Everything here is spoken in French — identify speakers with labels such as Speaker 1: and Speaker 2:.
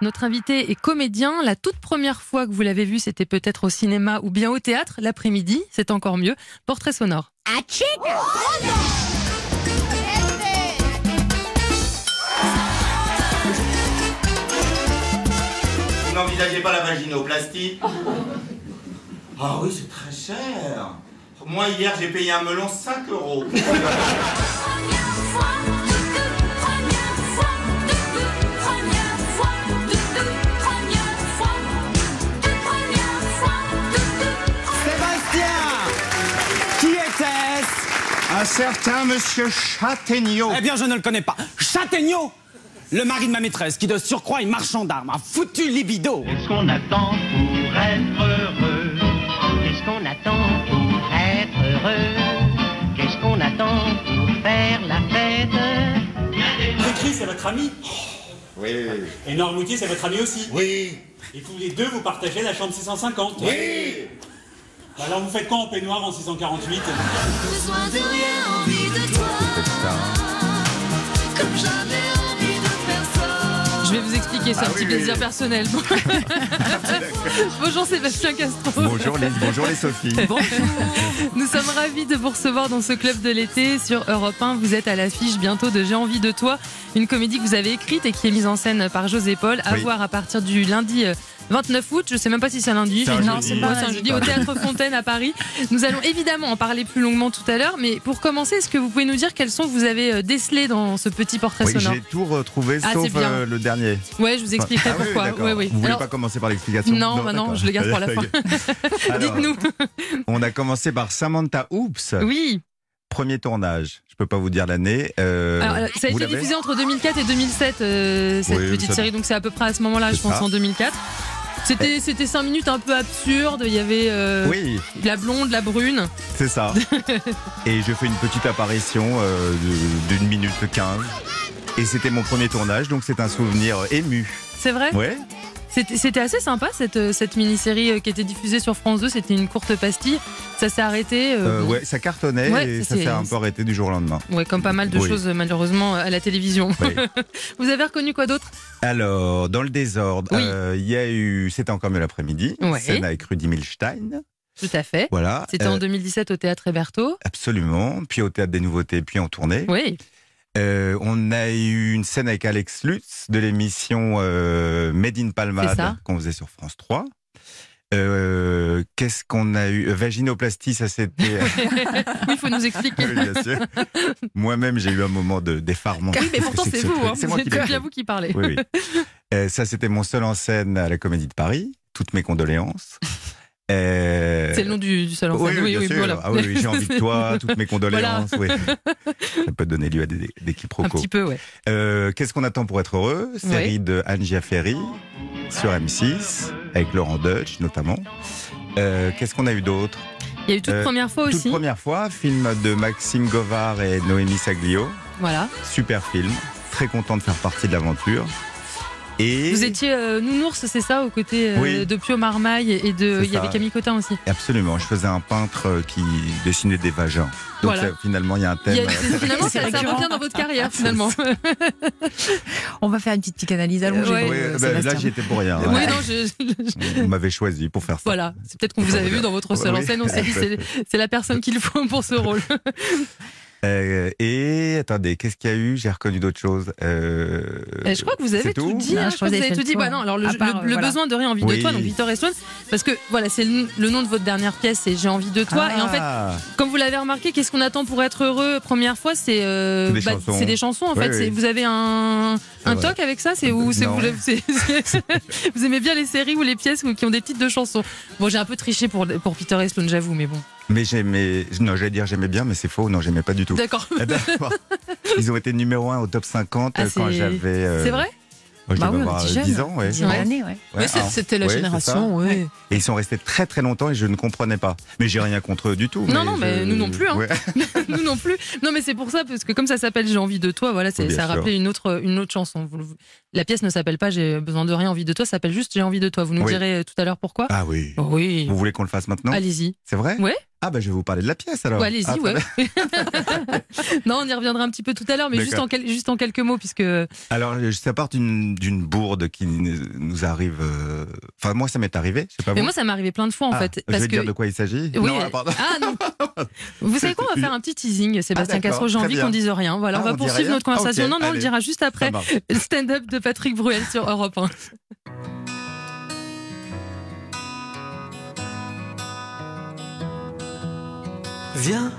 Speaker 1: Notre invité est comédien. La toute première fois que vous l'avez vu, c'était peut-être au cinéma ou bien au théâtre. L'après-midi, c'est encore mieux. Portrait sonore.
Speaker 2: Vous n'envisagez pas la vaginoplastie Ah oui, c'est très cher. Moi, hier, j'ai payé un melon 5 euros.
Speaker 3: Sébastien Qui était-ce
Speaker 2: Un certain monsieur Châtaignaud.
Speaker 3: Eh bien, je ne le connais pas. Châtaignaud Le mari de ma maîtresse, qui de surcroît est marchand d'armes, un foutu libido.
Speaker 4: Qu'est-ce qu'on attend pour être heureux Qu'est-ce qu'on attend pour être heureux Qu'est-ce qu'on attend pour faire la fête
Speaker 5: L'écrit, c'est votre ami.
Speaker 2: Oui,
Speaker 5: Et Normoutier, c'est votre ami aussi.
Speaker 2: oui,
Speaker 5: Et tous les deux, vous partagez la chambre 650.
Speaker 2: oui.
Speaker 5: Alors, Bah, vous faites quoi en peignoir en 648
Speaker 6: besoin de rien, envie de toi. Comme j'avais envie de faire ça.
Speaker 1: Je vais vous expliquer,
Speaker 7: Ah
Speaker 1: c'est un petit plaisir personnel. Bonjour Sébastien Castro.
Speaker 7: Bonjour les, bonjour les Sophie.
Speaker 1: Nous sommes ravis de vous recevoir dans ce club de l'été sur Europe 1. Vous êtes à l'affiche bientôt de J'ai envie de toi, une comédie que vous avez écrite et qui est mise en scène par José Paul. À
Speaker 7: Oui.
Speaker 1: voir à partir du lundi euh, 29 août. Je sais même pas si c'est un lundi.
Speaker 7: C'est un
Speaker 1: Non,
Speaker 7: jeudi.
Speaker 1: c'est pas- c'est un jeudi au Théâtre Fontaine à Paris. Nous allons évidemment en parler plus longuement tout à l'heure. Mais pour commencer, est-ce que vous pouvez nous dire quels sons vous avez euh, décelés dans ce petit portrait
Speaker 7: Oui,
Speaker 1: sonore
Speaker 7: j'ai tout retrouvé
Speaker 1: Ah,
Speaker 7: sauf
Speaker 1: c'est bien.
Speaker 7: euh, le dernier.
Speaker 1: Ouais, je vous expliquerai
Speaker 7: Ah oui,
Speaker 1: pourquoi.
Speaker 7: d'accord.
Speaker 1: Ouais, ouais.
Speaker 7: Vous voulez
Speaker 1: Alors,
Speaker 7: pas commencer par l'explication
Speaker 1: Non, bah non,
Speaker 7: d'accord.
Speaker 1: je le garde pour la fin.
Speaker 7: Alors,
Speaker 1: Dites-nous.
Speaker 7: On a commencé par Samantha Oops,
Speaker 1: Oui.
Speaker 7: premier tournage. Je peux pas vous dire l'année. euh,
Speaker 1: Alors, euh, ça a
Speaker 7: vous
Speaker 1: été
Speaker 7: l'avez
Speaker 1: diffusé entre 2004 et 2007, euh, cette
Speaker 7: Oui,
Speaker 1: petite
Speaker 7: ça-
Speaker 1: série. Donc, c'est à peu près à ce moment-là,
Speaker 7: C'est
Speaker 1: je pense,
Speaker 7: ça. Eh.
Speaker 1: en 2004. C'était, c'était 5 minutes un peu absurdes. Il y avait euh,
Speaker 7: Oui,
Speaker 1: de la blonde, de la brune.
Speaker 7: c'est ça. Et je fais une petite apparition euh, de- d'une minute quinze. Et c'était mon premier tournage, donc c'est un souvenir ému.
Speaker 1: C'est vrai
Speaker 7: Ouais.
Speaker 1: c'était, c'était assez sympa, cette, euh, cette mini-série euh, qui était diffusée sur France 2. C'était une courte pastille. Ça s'est arrêté. euh,
Speaker 7: Euh, ouais, ça cartonnait
Speaker 1: Ouais,
Speaker 7: et
Speaker 1: ça,
Speaker 7: ça
Speaker 1: c'est-
Speaker 7: s'est un peu arrêté du jour au lendemain.
Speaker 1: ouais, comme pas mal de
Speaker 7: Oui.
Speaker 1: choses, euh, malheureusement, à la télévision.
Speaker 7: Oui.
Speaker 1: Vous avez reconnu quoi d'autre
Speaker 7: Alors, dans le désordre,
Speaker 1: Oui.
Speaker 7: euh, il y a eu. C'était encore mieux l'après-midi.
Speaker 1: Ouais.
Speaker 7: Scène avec Rudy Milstein.
Speaker 1: Tout à fait.
Speaker 7: Voilà.
Speaker 1: C'était en
Speaker 7: Euh,
Speaker 1: 2017 au Théâtre Héberto.
Speaker 7: Absolument. Puis au Théâtre des Nouveautés, puis en tournée.
Speaker 1: Oui.
Speaker 7: Euh, on a eu une scène avec Alex Lutz de l'émission euh, Made in
Speaker 1: C'est ça.
Speaker 7: Palmade qu'on faisait sur France 3. Euh, Qu'est-ce qu'on a eu Euh, Vaginoplastie, ça c'était.
Speaker 1: oui, il faut nous expliquer.
Speaker 7: Oui, bien sûr. Moi-même, j'ai eu un moment de d'effarement.
Speaker 1: Oui, mais pourtant,
Speaker 7: Parce que
Speaker 1: c'est vous. hein.
Speaker 7: C'est moi qui
Speaker 1: C'est
Speaker 7: l'ai
Speaker 1: bien
Speaker 7: fait.
Speaker 1: vous qui parlez.
Speaker 7: Oui, oui. Euh, ça, c'était mon seul en scène à la Comédie de Paris. Toutes mes condoléances. Euh,
Speaker 1: C'est le nom du, du salon.
Speaker 7: Oui,
Speaker 1: Enfin,
Speaker 7: oui, bien sûr.
Speaker 1: voilà.
Speaker 7: Ah oui, oui, j'ai envie de toi, toutes mes condoléances. oui. Ça peut donner lieu à des, des
Speaker 1: Un
Speaker 7: quiproquos.
Speaker 1: petit peu, ouais.
Speaker 7: Euh, Qu'est-ce qu'on attend pour être heureux Série de Anne Ferry sur M6, avec Laurent Deutsch notamment. Euh, Qu'est-ce qu'on a eu d'autre
Speaker 1: Il y a eu toute
Speaker 7: Euh,
Speaker 1: première fois
Speaker 7: Toute
Speaker 1: aussi.
Speaker 7: première fois, film de Maxime Govard et Noémie Saglio.
Speaker 1: Voilà.
Speaker 7: Super film. Très content de faire partie de l'aventure. Et
Speaker 1: Vous étiez euh, nounours, c'est ça, aux côtés euh,
Speaker 7: Oui.
Speaker 1: de Pio Marmaille et de.
Speaker 7: C'est
Speaker 1: Il y avait
Speaker 7: ça.
Speaker 1: Camille Cotin aussi.
Speaker 7: absolument, je faisais un peintre euh, qui dessinait des vagins. Donc
Speaker 1: Voilà.
Speaker 7: ça, finalement, il y a un
Speaker 1: Il y a-
Speaker 7: thème. euh,
Speaker 1: finalement,
Speaker 8: C'est
Speaker 1: ça, ça
Speaker 8: récurrent.
Speaker 1: revient dans votre carrière, finalement.
Speaker 8: On va faire une petite psychanalyse allongée.
Speaker 1: Ouais. bah,
Speaker 7: oui,
Speaker 8: euh,
Speaker 7: ben,
Speaker 8: Sébastien.
Speaker 7: là, j'y étais pour rien.
Speaker 8: Ouais.
Speaker 1: Oui, non, je. je-
Speaker 7: On m'avait choisi pour faire ça.
Speaker 1: Voilà, c'est peut-être qu'on vous avait vu dans votre seul en
Speaker 7: Oui.
Speaker 1: scène, on s'est dit c'est c'est la personne qu'il faut pour ce rôle.
Speaker 7: Euh, et attendez, qu'est-ce qu'il y a eu J'ai reconnu d'autres choses. Euh,
Speaker 1: Euh, je crois que vous avez
Speaker 7: c'est
Speaker 1: tout, dit.
Speaker 8: Non,
Speaker 1: hein,
Speaker 8: je
Speaker 1: je crois
Speaker 8: crois
Speaker 1: que vous
Speaker 8: que
Speaker 1: avez
Speaker 8: j'ai
Speaker 1: tout
Speaker 8: fait
Speaker 1: dit.
Speaker 8: le
Speaker 1: Bah
Speaker 8: tour.
Speaker 1: non, alors le,
Speaker 8: À part,
Speaker 1: le-
Speaker 8: euh,
Speaker 1: le
Speaker 8: voilà.
Speaker 1: besoin de rien, envie de
Speaker 7: Oui.
Speaker 1: toi, donc Victor et Swan, parce que voilà, c'est le, le nom de votre dernière pièce, c'est J'ai envie de toi. Et en fait,
Speaker 7: Ah,
Speaker 1: Comme vous l'avez remarqué, qu'est-ce qu'on attend pour être heureux Première fois, c'est euh,
Speaker 7: C'est des chansons.
Speaker 1: c'est des chansons en
Speaker 7: Oui,
Speaker 1: fait.
Speaker 7: oui.
Speaker 1: C'est- Vous avez un, un
Speaker 7: vrai.
Speaker 1: toc avec ça C'est où c'est-
Speaker 7: Non.
Speaker 1: vous, c'est- c'est- vous aimez bien les séries ou les pièces ou- qui ont des titres de chansons Bon, j'ai un peu triché pour, pour Peter et Sloan, j'avoue, mais bon.
Speaker 7: mais j'aimais. Non, j'allais dire j'aimais bien, mais c'est faux. Non, j'aimais pas du tout.
Speaker 1: D'accord.
Speaker 7: Eh ben, Ils ont été numéro 1 au top 50
Speaker 1: Ah,
Speaker 7: euh, quand
Speaker 1: c'est-
Speaker 7: j'avais. euh,
Speaker 1: C'est vrai
Speaker 7: moi, je
Speaker 8: Bah
Speaker 7: devais
Speaker 8: oui, on
Speaker 7: avoir
Speaker 8: était
Speaker 7: euh,
Speaker 8: jeunes.
Speaker 7: 10 ans, ouais.
Speaker 8: Dixième
Speaker 1: Ouais.
Speaker 8: année, ouais.
Speaker 7: Ouais, ah, ouais, c'est ça.
Speaker 1: ouais.
Speaker 7: Et ils sont restés très très longtemps et je ne comprenais pas. Mais j'ai rien contre eux du tout.
Speaker 1: Non, non, mais nous non plus, hein.
Speaker 7: Ouais.
Speaker 1: Nous non plus. Non, mais c'est pour ça, parce que comme ça s'appelle J'ai envie de toi, voilà, c'est-
Speaker 7: Oui, bien
Speaker 1: ça a
Speaker 7: sûr.
Speaker 1: rappelé une autre, une autre chanson. Vous- vous- La pièce ne s'appelle pas J'ai besoin de rien, envie de toi, ça s'appelle juste J'ai envie de toi. Vous nous
Speaker 7: Oui.
Speaker 1: direz tout à l'heure pourquoi
Speaker 7: Ah oui.
Speaker 1: Oui.
Speaker 7: Vous voulez qu'on le fasse maintenant
Speaker 1: Allez-y.
Speaker 7: C'est vrai
Speaker 1: Ouais.
Speaker 7: Ah, bah, je vais vous parler de la pièce alors.
Speaker 1: Ouais, Allez-y,
Speaker 7: Ah,
Speaker 1: ouais. non, on y reviendra un petit peu tout à l'heure, mais juste
Speaker 7: D'accord. Ah
Speaker 1: en, quel- juste en quelques mots, puisque.
Speaker 7: Alors, je- ça part d'une d'une bourde qui n- nous arrive. euh, Enfin, moi, ça m'est arrivé. Je sais pas
Speaker 1: Mais
Speaker 7: vous.
Speaker 1: moi, ça m'est arrivé plein de fois, en
Speaker 7: Ah,
Speaker 1: fait.
Speaker 7: je
Speaker 1: Parce
Speaker 7: vais
Speaker 1: que.
Speaker 7: dire de quoi il s'agit.
Speaker 1: Oui,
Speaker 7: Non,
Speaker 1: euh,
Speaker 7: ah, pardon.
Speaker 1: Ah non Vous savez quoi On va faire un petit teasing, Sébastien
Speaker 7: Ah, d'accord,
Speaker 1: Castro. J'ai
Speaker 7: très
Speaker 1: envie
Speaker 7: bien.
Speaker 1: qu'on dise rien. Voilà,
Speaker 7: Ah,
Speaker 1: on va
Speaker 7: on dit
Speaker 1: poursuivre
Speaker 7: rien
Speaker 1: notre conversation.
Speaker 7: Ah, ok,
Speaker 1: non, non, on le
Speaker 7: allez.
Speaker 1: dira juste
Speaker 7: Ça
Speaker 1: après.
Speaker 7: marche.
Speaker 1: Le stand-up de Patrick Bruel sur Europe 1.
Speaker 9: Viens,